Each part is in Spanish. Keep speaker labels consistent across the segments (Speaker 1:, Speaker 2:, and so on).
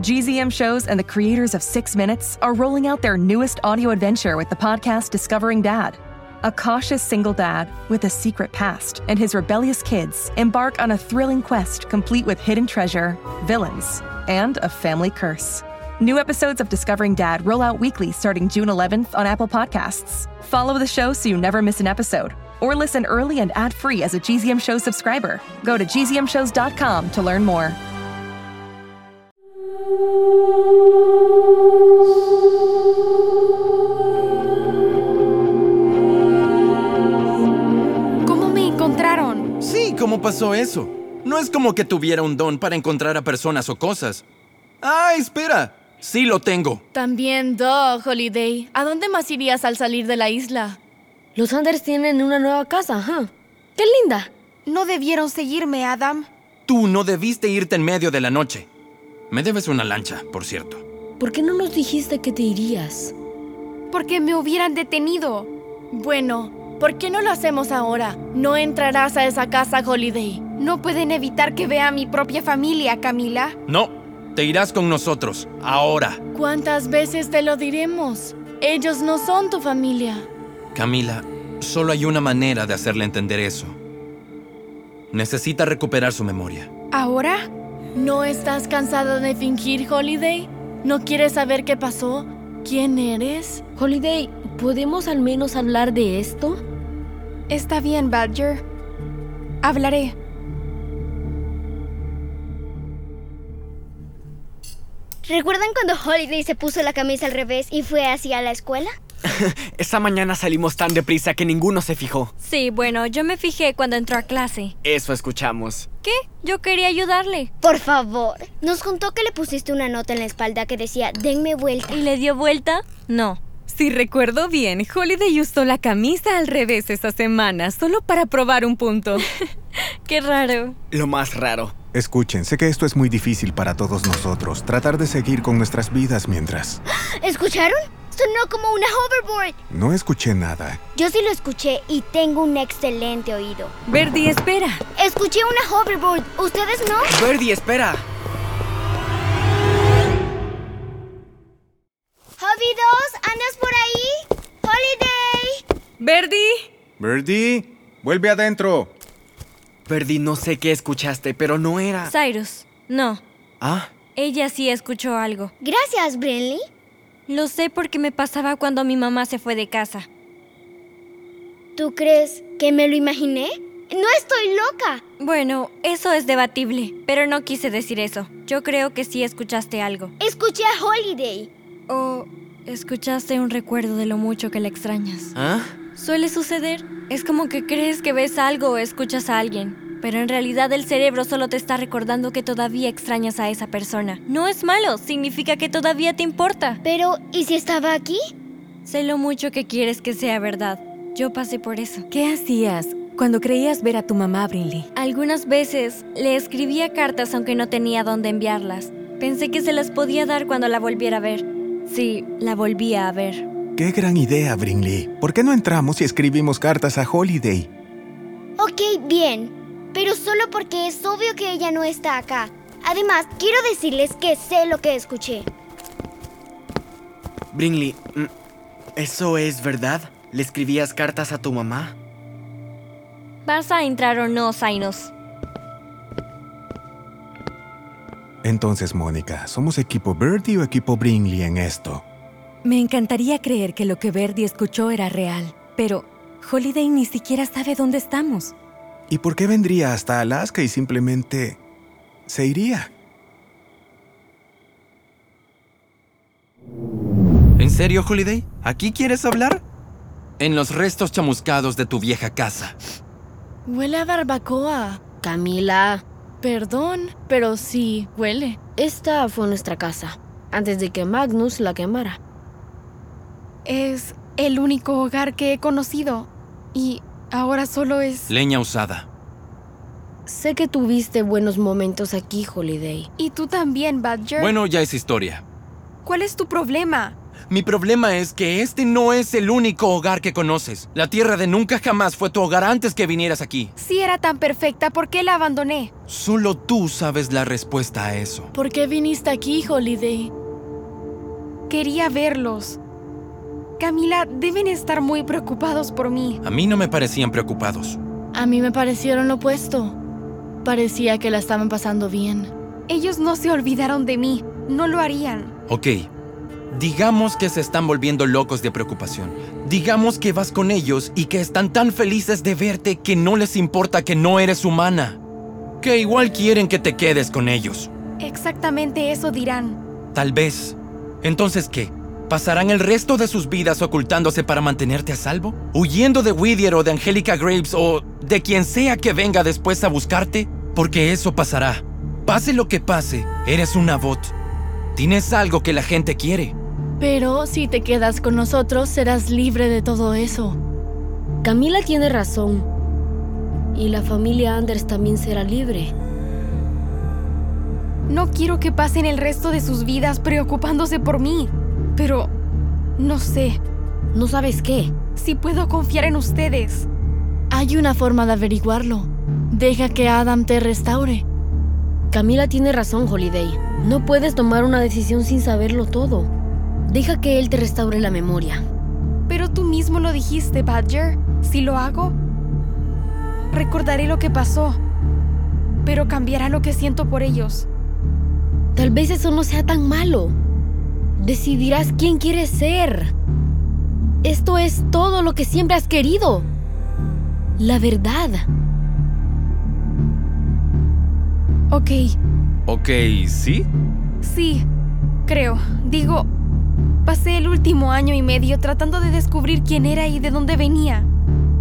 Speaker 1: GZM shows and the creators of Six Minutes are rolling out their newest audio adventure with the podcast Discovering Dad. A cautious single dad with a secret past and his rebellious kids embark on a thrilling quest complete with hidden treasure, villains, and a family curse. New episodes of Discovering Dad roll out weekly starting June 11th on Apple Podcasts. Follow the show so you never miss an episode, or listen early and ad free as a GZM Show subscriber. Go to gzmshows.com to learn more.
Speaker 2: ¿Cómo me encontraron?
Speaker 3: Sí, ¿cómo pasó eso? No es como que tuviera un don para encontrar a personas o cosas. ¡Ah, espera! Sí lo tengo.
Speaker 2: También, Dog Holiday. ¿A dónde más irías al salir de la isla?
Speaker 4: Los Anders tienen una nueva casa, ajá. ¡Qué linda!
Speaker 5: No debieron seguirme, Adam.
Speaker 3: Tú no debiste irte en medio de la noche. Me debes una lancha, por cierto.
Speaker 4: ¿Por qué no nos dijiste que te irías?
Speaker 5: Porque me hubieran detenido.
Speaker 2: Bueno, ¿por qué no lo hacemos ahora? No entrarás a esa casa, Holiday.
Speaker 5: No pueden evitar que vea a mi propia familia, Camila.
Speaker 3: No, te irás con nosotros, ahora.
Speaker 2: ¿Cuántas veces te lo diremos? Ellos no son tu familia.
Speaker 3: Camila, solo hay una manera de hacerle entender eso. Necesita recuperar su memoria.
Speaker 5: ¿Ahora?
Speaker 2: ¿No estás cansada de fingir, Holiday? ¿No quieres saber qué pasó? ¿Quién eres?
Speaker 4: Holiday, ¿podemos al menos hablar de esto?
Speaker 5: Está bien, Badger. Hablaré.
Speaker 6: ¿Recuerdan cuando Holiday se puso la camisa al revés y fue hacia la escuela?
Speaker 7: Esa mañana salimos tan deprisa que ninguno se fijó.
Speaker 8: Sí, bueno, yo me fijé cuando entró a clase.
Speaker 7: Eso escuchamos.
Speaker 8: ¿Qué? Yo quería ayudarle.
Speaker 6: Por favor, nos contó que le pusiste una nota en la espalda que decía, denme vuelta.
Speaker 8: ¿Y le dio vuelta? No.
Speaker 9: Si recuerdo bien, Holiday usó la camisa al revés esta semana, solo para probar un punto.
Speaker 8: Qué raro.
Speaker 7: Lo más raro.
Speaker 10: Escuchen, sé que esto es muy difícil para todos nosotros, tratar de seguir con nuestras vidas mientras...
Speaker 6: ¿Escucharon? Sonó como una hoverboard.
Speaker 10: No escuché nada.
Speaker 6: Yo sí lo escuché y tengo un excelente oído.
Speaker 9: Verdi, espera.
Speaker 6: Escuché una hoverboard. ¿Ustedes no?
Speaker 7: Verdi, espera.
Speaker 6: Javidos, ¿andas por ahí? ¡Holiday!
Speaker 9: ¡Verdi!
Speaker 11: ¡Verdi! ¡Vuelve adentro!
Speaker 7: Verdi, no sé qué escuchaste, pero no era.
Speaker 8: Cyrus, no.
Speaker 7: ¿Ah?
Speaker 8: Ella sí escuchó algo.
Speaker 6: Gracias, Brinley.
Speaker 8: Lo sé porque me pasaba cuando mi mamá se fue de casa.
Speaker 6: ¿Tú crees que me lo imaginé? No estoy loca.
Speaker 8: Bueno, eso es debatible, pero no quise decir eso. Yo creo que sí escuchaste algo.
Speaker 6: Escuché a Holiday.
Speaker 8: O escuchaste un recuerdo de lo mucho que la extrañas.
Speaker 7: ¿Ah?
Speaker 8: Suele suceder. Es como que crees que ves algo o escuchas a alguien, pero en realidad el cerebro solo te está recordando que todavía extrañas a esa persona. No es malo, significa que todavía te importa.
Speaker 6: Pero, ¿y si estaba aquí?
Speaker 8: Sé lo mucho que quieres que sea verdad. Yo pasé por eso.
Speaker 9: ¿Qué hacías cuando creías ver a tu mamá, Brinley?
Speaker 8: Algunas veces le escribía cartas aunque no tenía dónde enviarlas. Pensé que se las podía dar cuando la volviera a ver. Sí, la volvía a ver.
Speaker 10: Qué gran idea, Brinley. ¿Por qué no entramos y escribimos cartas a Holiday?
Speaker 6: Ok, bien pero solo porque es obvio que ella no está acá. Además, quiero decirles que sé lo que escuché.
Speaker 7: Brinley, mm, ¿eso es verdad? ¿Le escribías cartas a tu mamá?
Speaker 8: ¿Vas a entrar o no, Zainos?
Speaker 10: Entonces, Mónica, ¿somos equipo Birdie o equipo Brinley en esto?
Speaker 9: Me encantaría creer que lo que Verdi escuchó era real, pero Holiday ni siquiera sabe dónde estamos.
Speaker 10: ¿Y por qué vendría hasta Alaska y simplemente se iría?
Speaker 3: ¿En serio, Holiday? ¿Aquí quieres hablar? En los restos chamuscados de tu vieja casa.
Speaker 2: Huele a barbacoa.
Speaker 4: Camila,
Speaker 2: Perdón, pero sí, huele.
Speaker 4: esta fue nuestra casa, antes de que Magnus la quemara.
Speaker 5: Es el único hogar que he conocido. Y ahora solo es...
Speaker 3: Leña usada.
Speaker 4: Sé que tuviste buenos momentos aquí, Holiday.
Speaker 5: Y tú también, Badger.
Speaker 3: Bueno, ya es historia.
Speaker 5: ¿Cuál es tu problema?
Speaker 3: Mi problema es que este no es el único hogar que conoces. La tierra de nunca jamás fue tu hogar antes que vinieras aquí.
Speaker 5: Si era tan perfecta, ¿por qué la abandoné?
Speaker 3: Solo tú sabes la respuesta a eso.
Speaker 2: ¿Por qué viniste aquí, Holiday?
Speaker 5: Quería verlos. Camila, deben estar muy preocupados por mí.
Speaker 3: A mí no me parecían preocupados.
Speaker 2: A mí me parecieron lo opuesto. Parecía que la estaban pasando bien.
Speaker 5: Ellos no se olvidaron de mí. No lo harían.
Speaker 3: Ok. Digamos que se están volviendo locos de preocupación. Digamos que vas con ellos y que están tan felices de verte que no les importa que no eres humana. Que igual quieren que te quedes con ellos.
Speaker 5: Exactamente eso dirán.
Speaker 3: Tal vez. Entonces, ¿qué? ¿Pasarán el resto de sus vidas ocultándose para mantenerte a salvo? ¿Huyendo de Whittier o de Angelica Graves o de quien sea que venga después a buscarte? Porque eso pasará. Pase lo que pase, eres una bot. Tienes algo que la gente quiere.
Speaker 2: Pero si te quedas con nosotros, serás libre de todo eso.
Speaker 4: Camila tiene razón. Y la familia Anders también será libre.
Speaker 5: No quiero que pasen el resto de sus vidas preocupándose por mí. Pero... No sé
Speaker 4: ¿No sabes qué?
Speaker 5: si puedo confiar en ustedes.
Speaker 2: Hay una forma de averiguarlo. Deja que Adam te restaure.
Speaker 4: Camila tiene razón, Holiday. No puedes tomar una decisión sin saberlo todo. Deja que él te restaure la memoria.
Speaker 5: Pero tú mismo lo dijiste, Badger. Si lo hago, recordaré lo que pasó. Pero cambiará lo que siento por ellos.
Speaker 4: Tal vez eso no sea tan malo. Decidirás quién quieres ser. Esto es todo lo que siempre has querido. La verdad.
Speaker 5: Ok,
Speaker 3: Ok, ¿sí?
Speaker 5: sí, creo. Digo, pasé el último año y medio tratando de descubrir quién era y de dónde venía.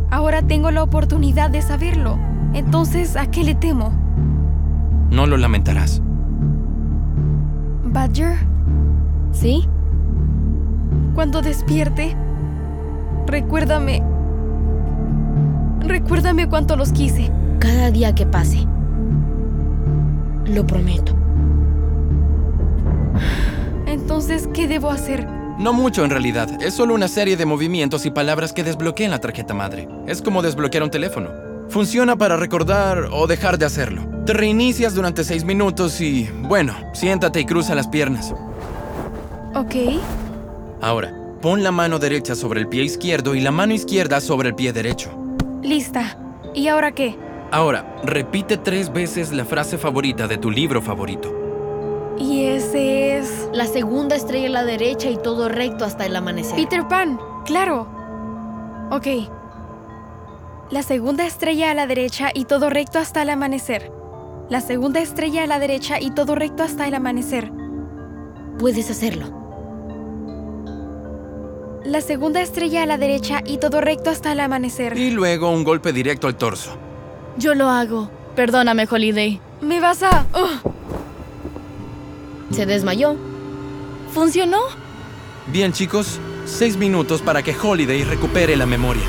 Speaker 5: Ahora tengo la oportunidad de saberlo. Entonces, ¿a qué le temo?
Speaker 3: No lo lamentarás.
Speaker 5: Badger,
Speaker 4: ¿Sí?
Speaker 5: cuando despierte, recuérdame. Recuérdame cuánto los quise.
Speaker 4: Cada día que pase. Lo prometo.
Speaker 5: Entonces, ¿qué debo hacer?
Speaker 3: No mucho en realidad, es solo una serie de movimientos y palabras que desbloquean la tarjeta madre. Es como desbloquear un teléfono. Funciona para recordar o dejar de hacerlo. Te reinicias durante seis minutos y, bueno, siéntate y cruza las piernas.
Speaker 5: Ok.
Speaker 3: Ahora, pon la mano derecha sobre el pie izquierdo y la mano izquierda sobre el pie derecho.
Speaker 5: Lista. ¿Y ahora qué?
Speaker 3: Ahora, repite tres veces la frase favorita de tu libro favorito.
Speaker 5: Y ese es...
Speaker 4: La segunda estrella a la derecha y todo recto hasta el amanecer.
Speaker 5: Peter Pan, claro. Ok. La segunda estrella a la derecha y todo recto hasta el amanecer. La segunda estrella a la derecha y todo recto hasta el amanecer.
Speaker 4: Puedes hacerlo.
Speaker 5: La segunda estrella a la derecha y todo recto hasta el amanecer.
Speaker 3: Y luego un golpe directo al torso.
Speaker 2: Yo lo hago. Perdóname, Holiday.
Speaker 5: Me vas a... ¡Ugh!
Speaker 4: Se desmayó.
Speaker 2: ¿Funcionó?
Speaker 3: Bien chicos, seis minutos para que Holiday recupere la memoria.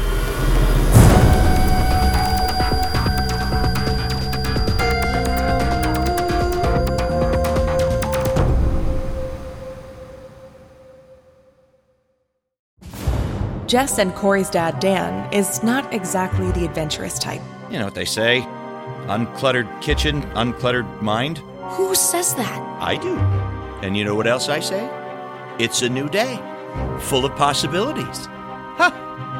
Speaker 12: Jess and Corey's dad, Dan, is not exactly the adventurous type.
Speaker 13: You know what they say uncluttered kitchen, uncluttered mind.
Speaker 12: Who says that?
Speaker 13: I do. And you know what else I say? It's a new day, full of possibilities. Huh,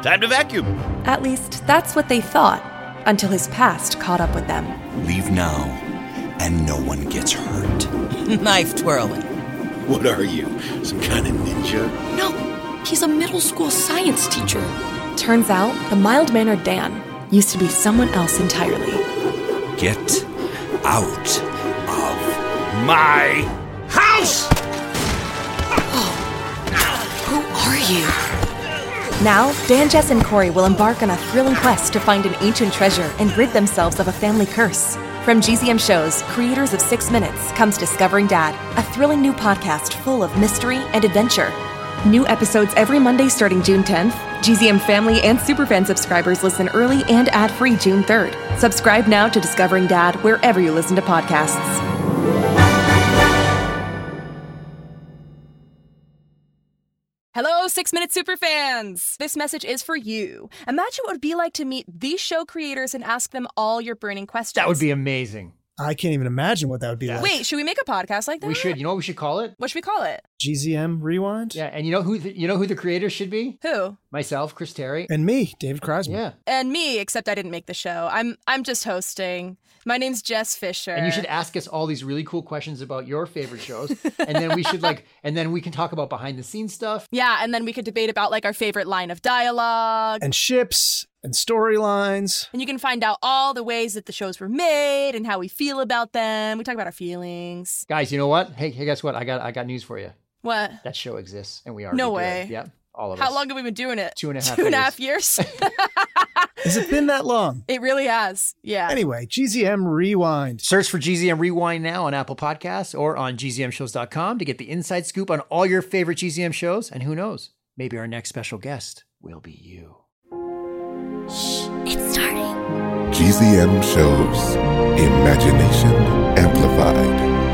Speaker 13: time to vacuum.
Speaker 12: At least that's what they thought, until his past caught up with them.
Speaker 13: Leave now.
Speaker 3: and no one gets hurt.
Speaker 14: Knife twirling.
Speaker 3: What are you? Some kind of ninja?
Speaker 15: No, he's a middle school science teacher.
Speaker 16: Turns out the mild mannered Dan used to be someone else entirely.
Speaker 3: Get out of my house!
Speaker 15: Who are you?
Speaker 16: Now, Dan, Jess, and Corey will embark on a thrilling quest to find an ancient treasure and rid themselves of a family curse. From GZM Shows, creators of Six Minutes, comes Discovering Dad, a thrilling new podcast full of mystery and adventure. New episodes every Monday starting June 10th. GZM family and superfan subscribers listen early and ad free June 3rd. Subscribe now to Discovering Dad wherever you listen to podcasts. Hello, Six Minute Superfans! This message is for you. Imagine what it would be like to meet these show creators and ask them all your burning questions.
Speaker 8: That would be amazing.
Speaker 1: I can't even imagine what that would be like.
Speaker 16: Wait, should we make a podcast like that?
Speaker 8: We should. You know what we should call it?
Speaker 16: What should we call it?
Speaker 1: GZM Rewind?
Speaker 8: Yeah, and you know who the, you know who the creators should be?
Speaker 16: Who?
Speaker 8: Myself, Chris Terry,
Speaker 1: And me, David Crosby.
Speaker 8: yeah.
Speaker 16: And me, except I didn't make the show. I'm I'm just hosting. My name's Jess Fisher.
Speaker 8: And you should ask us all these really cool questions about your favorite shows, and then we should like, and then we can talk about behind the scenes stuff.
Speaker 16: Yeah, and then we could debate about like our favorite line of dialogue.
Speaker 1: And ships and storylines.
Speaker 16: And you can find out all the ways that the shows were made and how we feel about them. We talk about our feelings.
Speaker 8: Guys, you know what? Hey, hey, guess what? I got I got news for you.
Speaker 16: What?
Speaker 8: That show exists, and we are.
Speaker 16: No way.
Speaker 8: Yep. All of
Speaker 16: How
Speaker 8: us.
Speaker 16: long have we been doing it?
Speaker 8: Two and a half
Speaker 16: Two and a half years.
Speaker 1: Has it been that long?
Speaker 16: it really has. Yeah.
Speaker 1: Anyway, GZM Rewind.
Speaker 8: Search for GZM Rewind now on Apple Podcasts or on gzmshows.com to get the inside scoop on all your favorite GZM shows. And who knows, maybe our next special guest will be you.
Speaker 17: It's starting.
Speaker 5: GZM shows Imagination Amplified.